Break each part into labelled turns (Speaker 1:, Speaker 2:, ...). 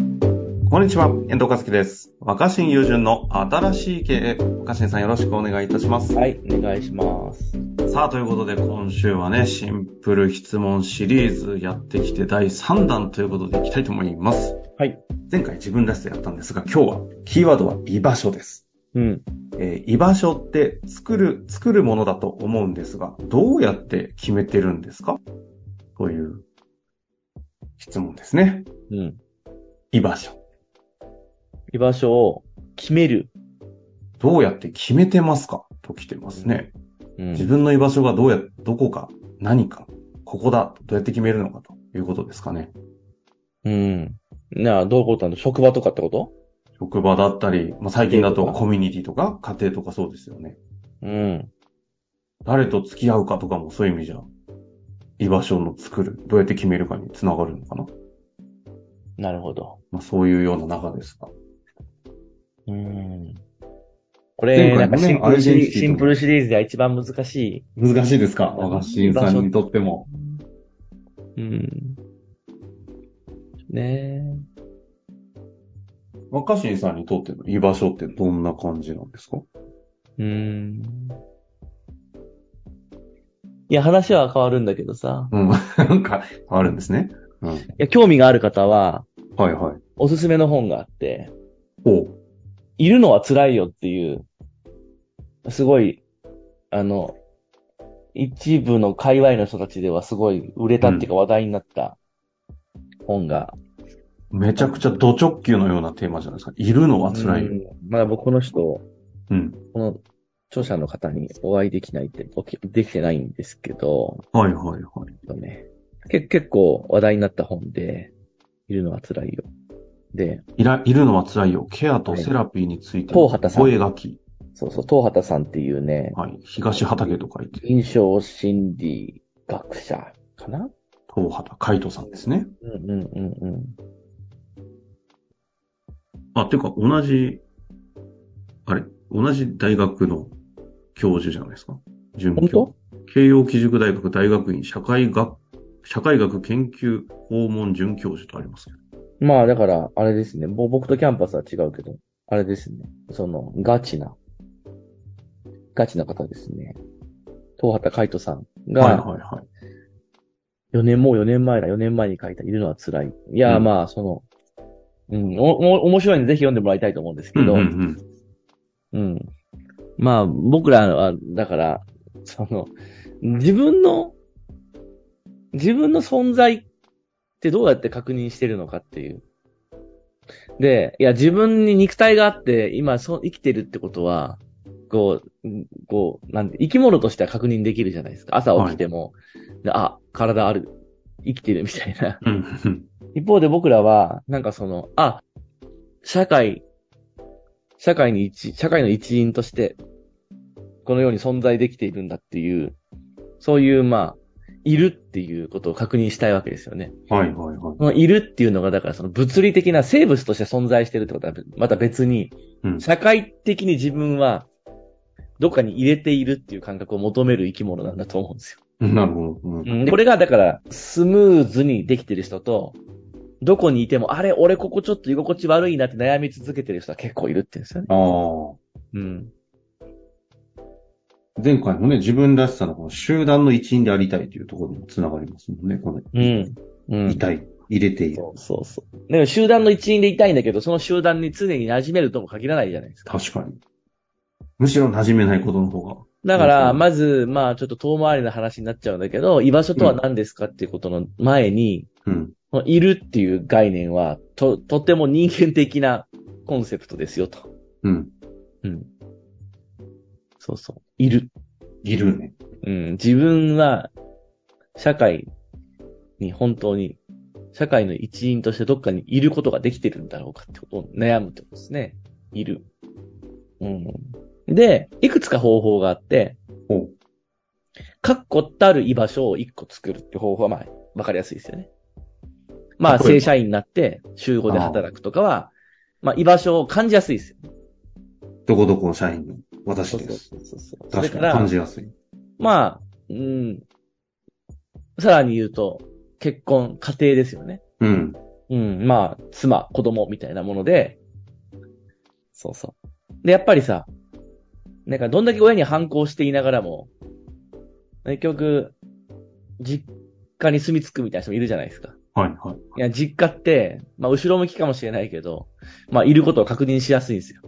Speaker 1: んにちは、遠藤和樹です。若新友人の新しい経営、若新さんよろしくお願いいたします。
Speaker 2: はい、お願いします。
Speaker 1: さあ、ということで今週はね、シンプル質問シリーズやってきて第3弾ということでいきたいと思います。
Speaker 2: はい。
Speaker 1: 前回自分らしさやったんですが、今日はキーワードは居場所です。
Speaker 2: うん。
Speaker 1: えー居場所って作る、作るものだと思うんですが、どうやって決めてるんですかという質問ですね。
Speaker 2: うん。
Speaker 1: 居場所。
Speaker 2: 居場所を決める。
Speaker 1: どうやって決めてますかと来てますね。
Speaker 2: う
Speaker 1: 自
Speaker 2: ん。
Speaker 1: 分の居場所がどうや、どこか、何か、ここだ、どうやって決めるのかということですかね。
Speaker 2: うん。なあ、どういうことなの職場とかってこと
Speaker 1: 職場だったり、まあ、最近だと
Speaker 2: 家庭とか
Speaker 1: コミュニティとか家庭とかそうですよね。
Speaker 2: うん。
Speaker 1: 誰と付き合うかとかもそういう意味じゃ、居場所の作る、どうやって決めるかにつながるのかな。
Speaker 2: なるほど。
Speaker 1: まあ、そういうような中ですが。
Speaker 2: うん。こ
Speaker 1: 前
Speaker 2: れ、な
Speaker 1: 回
Speaker 2: ん
Speaker 1: も
Speaker 2: か
Speaker 1: ね
Speaker 2: シン
Speaker 1: ア
Speaker 2: プルシ
Speaker 1: イデンティ
Speaker 2: リ
Speaker 1: ティと
Speaker 2: シンプルシリーズでは一番難しい。
Speaker 1: 難しいですか
Speaker 2: うん
Speaker 1: 若新さんにとっても。
Speaker 2: うん。ね
Speaker 1: 若新さんにとっての居場所ってどんな感じなんですか
Speaker 2: え。うん。いや、話は変わるんだけどさ。
Speaker 1: うん。 なんか、あるんですね。うん。
Speaker 2: いや、興味がある方は、
Speaker 1: はいはい。
Speaker 2: おすすめの本があって、
Speaker 1: おう。
Speaker 2: いるのは辛いよっていう、すごい、あの、一部の界隈の人たちではすごい売れたっていうか話題になった本が。
Speaker 1: めちゃくちゃド直球のようなテーマじゃないですか。いるのは辛いよ。
Speaker 2: うんまだ僕この人、
Speaker 1: うん。
Speaker 2: この著者の方にお会いできないって、おきできてないんですけど、
Speaker 1: はいはいはい。
Speaker 2: えっとね、け結構話題になった本で、いるのは辛いよ。で、
Speaker 1: いら、いるのは辛いよ。ケアとセラピーについて
Speaker 2: は
Speaker 1: の
Speaker 2: い東畑さん
Speaker 1: 声書き。
Speaker 2: そうそう、東畑さんっていうね、
Speaker 1: はい。東畑と書いて、
Speaker 2: 臨床心理学者かな
Speaker 1: 東畑海斗さんですね。
Speaker 2: うんうんうんうん。
Speaker 1: あ、てか同じ、あれ、同じ大学の教授じゃないですか。準
Speaker 2: 本当
Speaker 1: 教。慶応義塾大学大学院社会学、社会学研究訪問准教授とありますけど。
Speaker 2: まあ、だから、あれですね。ぼ僕とキャンパスは違うけど、あれですね。その、ガチな、ガチな方ですね。東畑海人さん
Speaker 1: はい
Speaker 2: が、
Speaker 1: はいはい。
Speaker 2: 4年、もう4年前だ、4年前に書いた、いるのは辛い。いや、
Speaker 1: うん
Speaker 2: まあ、その、うん、お、お、面白いんでぜひ読んでもらいたいと思うんです
Speaker 1: う
Speaker 2: け
Speaker 1: んう
Speaker 2: ど、
Speaker 1: んう
Speaker 2: うん。
Speaker 1: ん。
Speaker 2: まあ、僕らは、だから、その、自分の、自分の存在ってどうやって確認してるのかっていう。で、いや、自分に肉体があって、今そ、生きてるってことは、こう、んこう、なんて、生き物としては確認できるじゃないですか。朝起きても、であ、体ある、生きてるみたいな。
Speaker 1: うんうん。
Speaker 2: 一方で僕らは、なんかその、あ、社会、社会に一、社会の一員として、このように存在できているんだっていう、そういう、まあ、いるっていうことを確認したいわけですよね。
Speaker 1: はいはいはい。
Speaker 2: このいるっていうのが、だからその物理的な生物として存在してるってことは、また別に、
Speaker 1: うん。
Speaker 2: 社会的に自分は、どっかに入れているっていう感覚を求める生き物なんだと思うんですよ。
Speaker 1: なるほど。うん
Speaker 2: うんでこれがだから、スムーズにできてる人と、どこにいても、あれ、俺ここちょっと居心地悪いなって悩み続けてる人は結構いるって言うんですよね。
Speaker 1: ああ。
Speaker 2: うん。
Speaker 1: 前回もね、自分らしさのこの集団の一員でありたいというところにも繋がりますもんね。この、
Speaker 2: うん。うん。
Speaker 1: いたい、入れている。
Speaker 2: そうそうそう。でも集団の一員でいたいんだけど、その集団に常に馴染めるとも限らないじゃないですか。
Speaker 1: 確かに。むしろ馴染めないことの方が。
Speaker 2: だか
Speaker 1: そうそ
Speaker 2: ら、
Speaker 1: う
Speaker 2: まず、まあ、ちょっと遠回りな話になっちゃうんだけど、居場所とは何ですかっていうことの前に、
Speaker 1: うん。
Speaker 2: このいるっていう概念は、と、とても人間的なコンセプトですよ、と。
Speaker 1: うん。
Speaker 2: うん。そうそう。いる。
Speaker 1: いるね。
Speaker 2: うん、自分は、社会に本当に、社会の一員としてどっかにいることができてるんだろうかってことを悩むってことですね。いる。うん。で、いくつか方法があって、
Speaker 1: ほう。
Speaker 2: 確固たる居場所を一個作るって方法は、まあ、わかりやすいですよね。まあ、
Speaker 1: 例えば
Speaker 2: 正社員になって、週5で働くとかは、まあ、居場所を感じやすいですよ。
Speaker 1: どこどこの社員の私です。
Speaker 2: そうそうそう。それ
Speaker 1: 確
Speaker 2: か
Speaker 1: からに感じやすい。
Speaker 2: まあ、うん。さらに言うと、結婚、家庭ですよね。
Speaker 1: うん。
Speaker 2: うん、まあ、妻、子供みたいなもので、そうそう。で、やっぱりさ、なんかどんだけ親に反抗していながらも、結局、実家に住み着くみたいな人もいるじゃないですか。
Speaker 1: はい、はい。
Speaker 2: いや、実家って、まあ、後ろ向きかもしれないけど、まあ、いることを確認しやすいんですよ。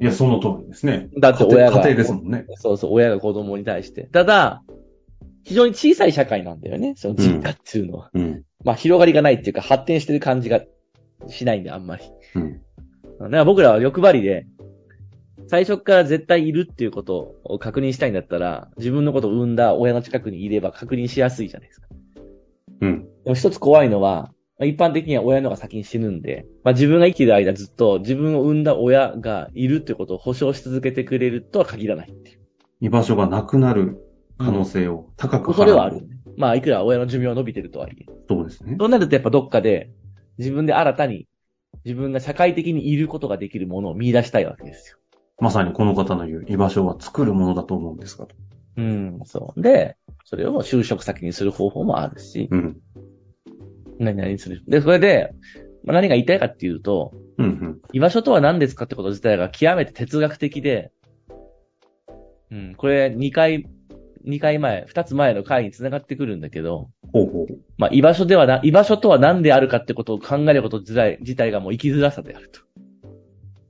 Speaker 1: いや、その通りですね。
Speaker 2: だって
Speaker 1: 家庭
Speaker 2: 親が。
Speaker 1: 家庭ですもんね。
Speaker 2: そうそう、親が子供に対して。ただ、非常に小さい社会なんだよね、その実家っていうのは。
Speaker 1: うん。
Speaker 2: まあ、広がりがないっていうか、発展してる感じがしないんで、あんまり。
Speaker 1: うん。
Speaker 2: だから僕らは欲張りで、最初から絶対いるっていうことを確認したいんだったら、自分のことを産んだ親の近くにいれば確認しやすいじゃないですか。
Speaker 1: うん。
Speaker 2: でも一つ怖いのは、まあ一般的には親の方が先に死ぬんで、まあ、自分が生きてる間ずっと自分を産んだ親がいるってことを保証し続けてくれるとは限らないっていう。
Speaker 1: 居場所がなくなる可能性を高く払う。
Speaker 2: それはある。。まあ、いくら親の寿命は伸びてるとはいえ。
Speaker 1: そうですね。
Speaker 2: そうなるとやっぱどっかで、自分で新たに、自分が社会的にいることができるものを見出したいわけですよ。
Speaker 1: まさにこの方の言う居場所は作るものだと思うんですが。
Speaker 2: うん、そう。で、それを就職先にする方法もあるし、
Speaker 1: うん。
Speaker 2: 何々にする。で、それで、まあ、何が言いたいかっていうと、
Speaker 1: うん、うん。
Speaker 2: 居場所とは何ですかってこと自体が極めて哲学的で、うん、これ2回、2回前、2つ前の回に繋がってくるんだけど、
Speaker 1: ほうほう。
Speaker 2: まあ、居場所ではな、居場所とは何であるかってことを考えること自体自体がもう生きづらさであると。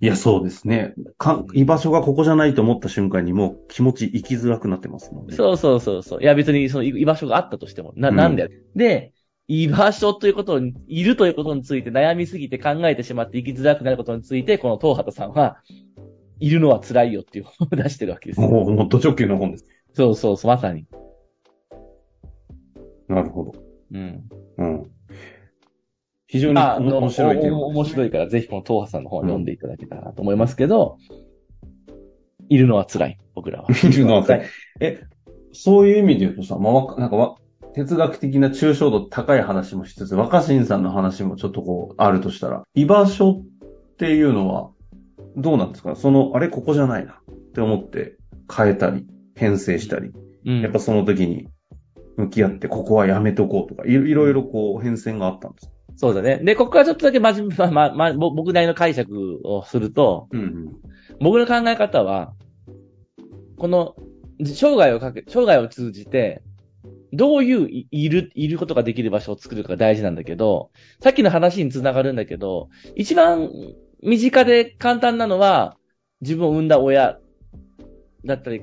Speaker 1: いや、そうですね。か、居場所がここじゃないと思った瞬間にもう気持ち行きづらくなってますもんね。
Speaker 2: そうそうそうそう。いや別にその居場所があったとしても、な、なんで、で、居場所ということに、いるということについて悩みすぎて考えてしまって生きづらくなることについて、この東畑さんは、いるのは辛いよっていう本を出してるわけですよ。
Speaker 1: もう、もう土直球の本です。
Speaker 2: そうそうそう、まさに。
Speaker 1: なるほど。
Speaker 2: うん。
Speaker 1: うん。非常に
Speaker 2: あの、
Speaker 1: 面白いテーマですね
Speaker 2: おお面白いから、ぜひこの東畑さんの本を読んでいただけたらなと思いますけど、いるのは辛い、僕らは。
Speaker 1: いるのは辛
Speaker 2: い。
Speaker 1: そういう意味で言うとさ、まあわか、なんかわ、哲学的な抽象度高い話もしつつ、若新さんの話もちょっとこう、あるとしたら、居場所っていうのは、どうなんですかその、あれ、ここじゃないなって思って、変えたり、編成したり、
Speaker 2: うん。
Speaker 1: やっぱその時に向き合って、ここはやめとこうとか、いいろいろこう、変遷があったんですか
Speaker 2: そうだね。で、ここからちょっとだけ真面目、まあ、まあ、ぼ僕なりの解釈をすると、
Speaker 1: うんうん。
Speaker 2: 僕の考え方は、この、生涯をかけ、生涯を通じて、どういうい、いる、いることができる場所を作るかが大事なんだけど、さっきの話につながるんだけど、一番身近で簡単なのは、自分を産んだ親だったり、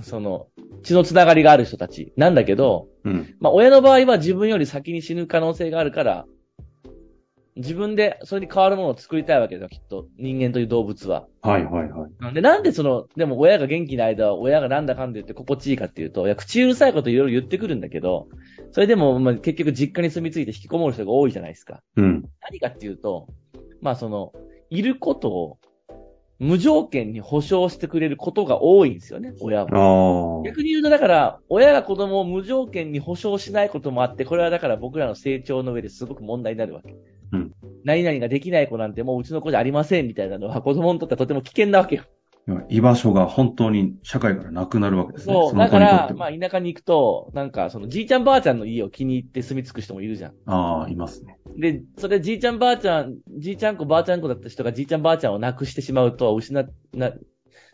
Speaker 2: その、血のつながりがある人たちなんだけど、
Speaker 1: うん。
Speaker 2: まあ、親の場合は自分より先に死ぬ可能性があるから、自分でそれに変わるものを作りたいわけだよ、きっと。人間という動物は。
Speaker 1: はいはいはい。
Speaker 2: で、なんでその、でも親が元気な間は親がなんだかんだ言って心地いいかっていうと、いや、口うるさいこといろいろ言ってくるんだけど、それでも、まあ、結局実家に住み着いて引きこもる人が多いじゃないですか。
Speaker 1: うん。
Speaker 2: 何かっていうと、まあその、いることを無条件に保証してくれることが多いんですよね、親は。
Speaker 1: ああ。
Speaker 2: 逆に言うと、だから、親が子供を無条件に保証しないこともあって、これはだから僕らの成長の上ですごく問題になるわけ。
Speaker 1: うん
Speaker 2: 何々ができない子なんてもううちの子じゃありませんみたいなのは子供にとってはとても危険なわけよ。
Speaker 1: 居場所が本当に社会からなくなるわけですね。
Speaker 2: そう。
Speaker 1: その
Speaker 2: だ
Speaker 1: 子
Speaker 2: か
Speaker 1: にとって
Speaker 2: ら、
Speaker 1: も
Speaker 2: まあ田舎に行くと、なんかそのじいちゃんばあちゃんの家を気に入って住み着く人もいるじゃん。
Speaker 1: ああ、いますね。
Speaker 2: で、それじいちゃんばあちゃん、じいちゃん子ばあちゃん子だった人がじいちゃんばあちゃんを亡くしてしまうと、失っ、な、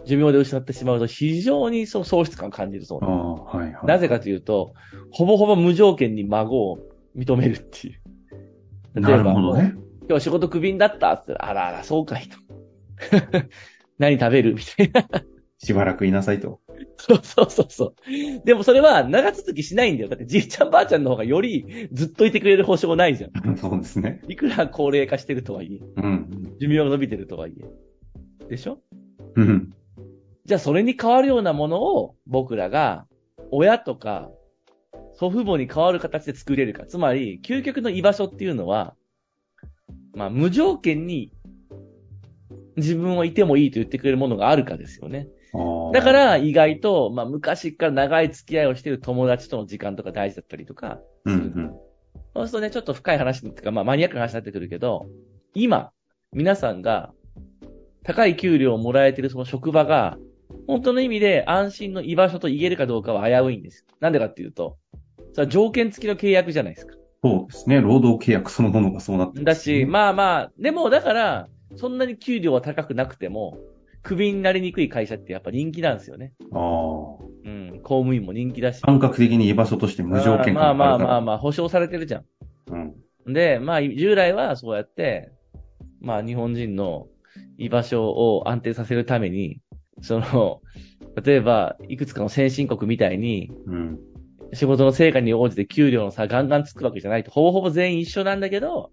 Speaker 2: 寿命で失ってしまうと非常にその喪失感を感じるそう
Speaker 1: ああ、はいはい。
Speaker 2: なぜかというと、ほぼほぼ無条件に孫を認めるっていう。
Speaker 1: なるほどね。
Speaker 2: 今日仕事クビになったって言ったら、あらあら、そうかいと。 何食べるみたいな。
Speaker 1: しばらくいなさいと。
Speaker 2: そうそうそうそう。でもそれは長続きしないんだよ。だってじいちゃんばあちゃんの方がよりずっといてくれる保証ないじゃん。
Speaker 1: そうですね。
Speaker 2: いくら高齢化してるとはいえ、
Speaker 1: うん。
Speaker 2: 寿命が伸びてるとはいえ。でしょ
Speaker 1: うん。
Speaker 2: じゃあそれに変わるようなものを僕らが親とか祖父母に変わる形で作れるか。つまり、究極の居場所っていうのは、まあ無条件に自分はいてもいいと言ってくれるものがあるかですよね。
Speaker 1: ああ
Speaker 2: だか、ら意外と、まあ昔から長い付き合いをしている友達との時間とか大事だったりとか、
Speaker 1: うんうん。
Speaker 2: そうするとね、ちょっと深い話っていうか、まあマニアックな話になってくるけど、今、皆さんが高い給料をもらえてるその職場が、本当の意味で安心の居場所と言えるかどうかは危ういんですよ。なんでかっていうと、それは条件付きの契約じゃないですか。
Speaker 1: そうですね。労働契約そのものがそうなって
Speaker 2: だし、
Speaker 1: ま
Speaker 2: まあまあ、でもだから、そんなに給料は高くなくても、クビになりにくい会社ってやっぱ人気なんですよね。
Speaker 1: ああ。
Speaker 2: うん、公務員も人気だし。
Speaker 1: 感覚的に居場所として無条件
Speaker 2: まあまあまあ
Speaker 1: ま
Speaker 2: まあ、保証されてるじゃ
Speaker 1: あ。うん。
Speaker 2: ん。で、まあ、従来はそうやって、まあ、日本人の居場所を安定させるために、その、例えば、いくつかの先進国みたいに、
Speaker 1: うん。
Speaker 2: 仕事の成果に応じて給料の差ガンガンつくわけじゃないと、ほぼほぼ全員一緒なんだけど、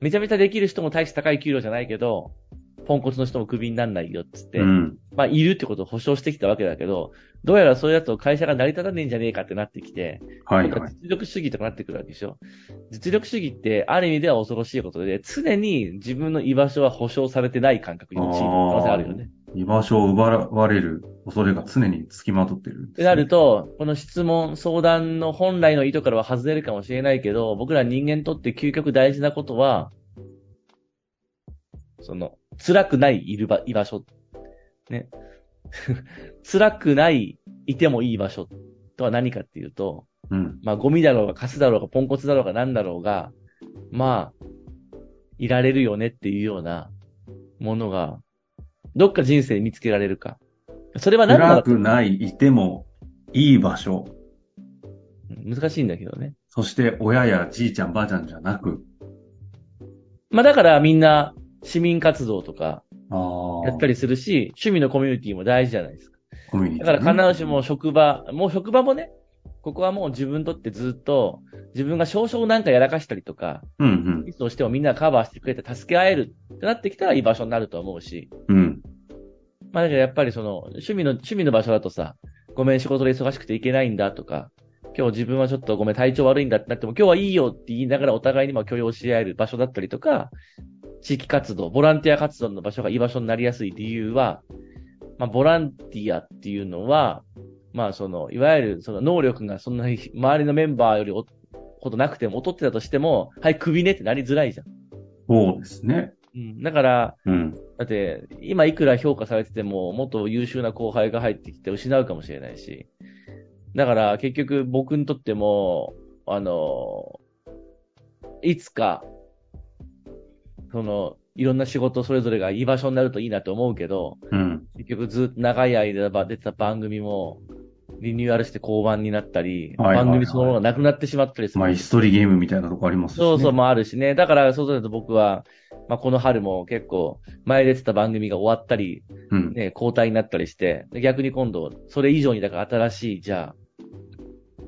Speaker 2: めちゃめちゃできる人も大して高い給料じゃないけど、ポンコツの人もクビにならないよっつって、
Speaker 1: うん。
Speaker 2: まあいるってことを保証してきたわけだけど、どうやらそういうやつを会社が成り立たねえんじゃねえかってなってきて、
Speaker 1: はい
Speaker 2: なん
Speaker 1: は
Speaker 2: か
Speaker 1: い。
Speaker 2: 実力主義とかなってくるわけでしょ。実力主義ってある意味では恐ろしいことで、常に自分の居場所は保証されてない感覚に陥る可能性あるよね。
Speaker 1: 居場所を奪われる恐れが常につきまとってるん
Speaker 2: っ
Speaker 1: です
Speaker 2: て
Speaker 1: ね。
Speaker 2: なると、この質問、相談の本来の意図からは外れるかもしれないけど、僕ら人間にとって究極大事なことは、その、辛くないいる場、居場所。ね。 辛くない、いてもいい場所とは何かっていうと、
Speaker 1: うん。
Speaker 2: まあ、ゴミだろうが、カスだろうが、ポンコツだろうが、なんだろうが、まあ、いられるよねっていうようなものが、どっか人生で見つけられるか。それは何だろ
Speaker 1: 暗
Speaker 2: う
Speaker 1: くない、いてもいい場所。
Speaker 2: 難しいんだけどね。
Speaker 1: そして親やじいちゃんばあちゃんじゃなく。
Speaker 2: まあだからみんな市民活動とか
Speaker 1: ああ。
Speaker 2: やったりするし、趣味のコミュニティも大事じゃないですか。
Speaker 1: コミュニティ
Speaker 2: だ
Speaker 1: ね、
Speaker 2: から必ずしも職場、もう職場もね、ここはもう自分にとってずっと自分が少々なんかやらかしたりとか、
Speaker 1: うん
Speaker 2: ミスをしてもみんながカバーしてくれて助け合えるってなってきたら居場所になると思うし、
Speaker 1: うん。うん。
Speaker 2: まあだからやっぱりその趣味の、趣味の場所だとさ、ごめん仕事で忙しくて行けないんだとか、今日自分はちょっとごめん体調悪いんだってなっても今日はいいよって言いながらお互いにまあ許容し合える場所だったりとか、地域活動、ボランティア活動の場所が居場所になりやすい理由は、まあボランティアっていうのは、まあその、いわゆるその能力がそんなに周りのメンバーよりおほどなくても劣ってたとしても、はい、クビねってなりづらいじゃん。
Speaker 1: そうですね。
Speaker 2: うん。だから、
Speaker 1: うん。
Speaker 2: だって、今いくら評価されてても、もっと優秀な後輩が入ってきて失うかもしれないし。だから、結局僕にとっても、あの、いつか、その、いろんな仕事それぞれが居場所になるといいなと思うけど、
Speaker 1: うん。
Speaker 2: 結局ずっと長い間出てた番組も、リニューアルして降板になったり、
Speaker 1: はいはいはい
Speaker 2: 番組そのものがなくなってしまったりする。
Speaker 1: まあ、ストリーゲームみたいなとこありますし、ね。
Speaker 2: そうそうもあるしね。だから、そうすると僕は、まあ、この春も結構、前出てた番組が終わったり、
Speaker 1: うん。
Speaker 2: ね、交代になったりして、で逆に今度、それ以上に、だから新しい、じゃあ、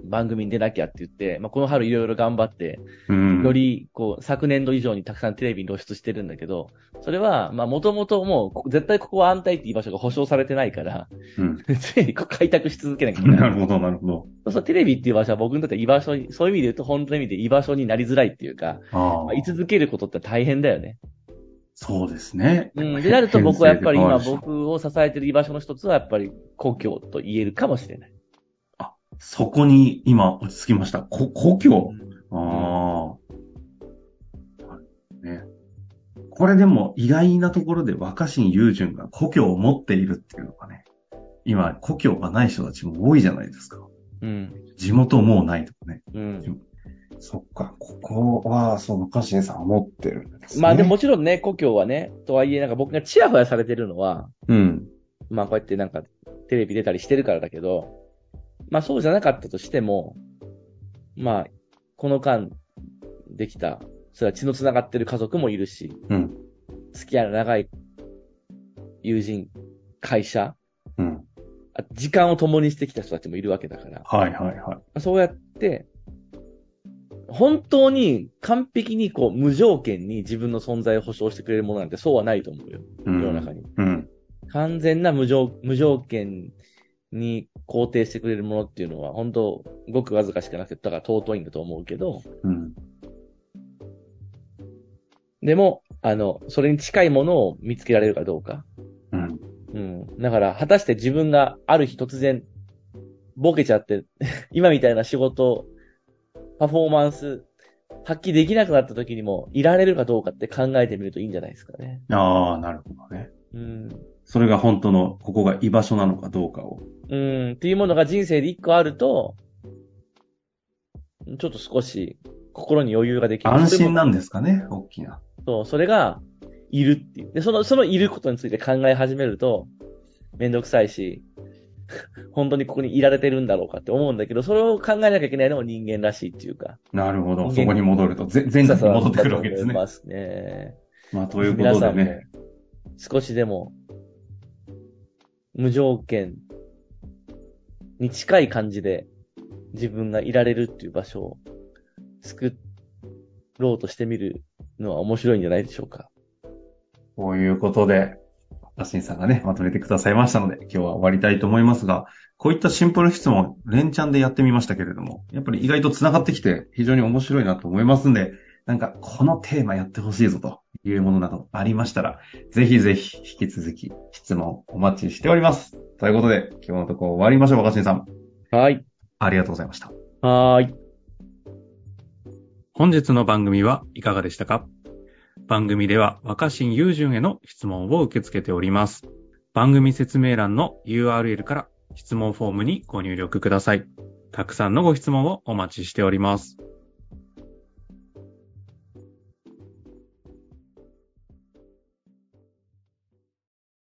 Speaker 2: 番組に出なきゃって言って、まあ、この春いろいろ頑張って、
Speaker 1: うん。
Speaker 2: より、こう、昨年度以上にたくさんテレビに露出してるんだけど、それは、まあ、もともともうこ、絶対ここは安泰っていう場所が保証されてないから、
Speaker 1: うん。
Speaker 2: 常にこう開拓し続けなきゃいけない。
Speaker 1: なるほど、なるほど。
Speaker 2: そうそう、テレビっていう場所は僕にとって居場所に、そういう意味で言うと、本当の意味で居場所になりづらいっていうか、
Speaker 1: あ
Speaker 2: ま
Speaker 1: あ
Speaker 2: あ、。居続けることって大変だよね。
Speaker 1: そうですね。
Speaker 2: うん。で、なると僕はやっぱり今
Speaker 1: 編成で変わるし
Speaker 2: 僕を支えてる居場所の一つはやっぱり故郷と言えるかもしれない。
Speaker 1: そこに今落ち着きました。こ、故郷。ああ。なるほどね。これでも意外なところで若新雄純が故郷を持っているっていうのがね。今、故郷がない人たちも多いじゃないですか。
Speaker 2: うん。
Speaker 1: 地元もうないとかね。
Speaker 2: うん。
Speaker 1: そっか、ここは、その若新さんは持ってるんです、ね。
Speaker 2: まあでも、もちろんね、故郷はね、とはいえなんか僕がチヤホヤされてるのは、
Speaker 1: うん。
Speaker 2: まあこうやってなんかテレビ出たりしてるからだけど、まあそうじゃなかったとしても、まあ、この間できた、それは血の繋がってる家族もいるし、
Speaker 1: うん。
Speaker 2: 付き合いの長い友人、会社、
Speaker 1: うん。
Speaker 2: あ時間を共にしてきた人たちもいるわけだから、
Speaker 1: はいはいはい。
Speaker 2: そうやって、本当に完璧にこう無条件に自分の存在を保証してくれるものなんてそうはないと思うよ。
Speaker 1: う
Speaker 2: 世
Speaker 1: ん。
Speaker 2: の中に。
Speaker 1: うん。
Speaker 2: 完全な無条無条件に肯定してくれるものっていうのは本当ごくわずかしかなくて、だから尊いんだと思うけど、
Speaker 1: うん。
Speaker 2: でも、あの、それに近いものを見つけられるかどうか。
Speaker 1: うん。
Speaker 2: うん。だから、果たして自分がある日突然、ボケちゃって、 今みたいな仕事、パフォーマンス、発揮できなくなった時にも、いられるかどうかって考えてみるといいんじゃないですかね。
Speaker 1: ああ、なるほどね。
Speaker 2: うん。
Speaker 1: それが本当の、ここが居場所なのかどうかを。
Speaker 2: うん。っていうものが人生で一個あると、ちょっと少し、心に余裕ができる。
Speaker 1: 安心なんですかね、大きな。
Speaker 2: そう、それが、いるっていう。で、その、そのいることについて考え始めると、めんどくさいし、本当にここにいられてるんだろうかって思うんだけど、それを考えなきゃいけないのも人間らしいっていうか。
Speaker 1: なるほど。
Speaker 2: 人間
Speaker 1: そこに戻ると、ぜ前座に戻ってくるわけですね
Speaker 2: そう。だと思いますね。
Speaker 1: まあ、ということでね。
Speaker 2: 少しでも、無条件に近い感じで自分がいられるっていう場所を作ろうとしてみるのは面白いんじゃないでしょうか。
Speaker 1: こういうことで、ラシンさんがね、まとめてくださいましたので、今日は終わりたいと思いますが、こういったシンプル質問、連チャンでやってみましたけれども、やっぱり意外と繋がってきて非常に面白いなと思いますんで、なんかこのテーマやってほしいぞというものなどありましたら、ぜひぜひ引き続き質問お待ちしております。ということで、今日のところ終わりましょう、若新さん。
Speaker 2: はい。
Speaker 1: ありがとうございました。
Speaker 2: はーい。
Speaker 3: 本日の番組はいかがでしたか番組では若新雄純への質問を受け付けております。番組説明欄の URL から質問フォームにご入力ください。たくさんのご質問をお待ちしております。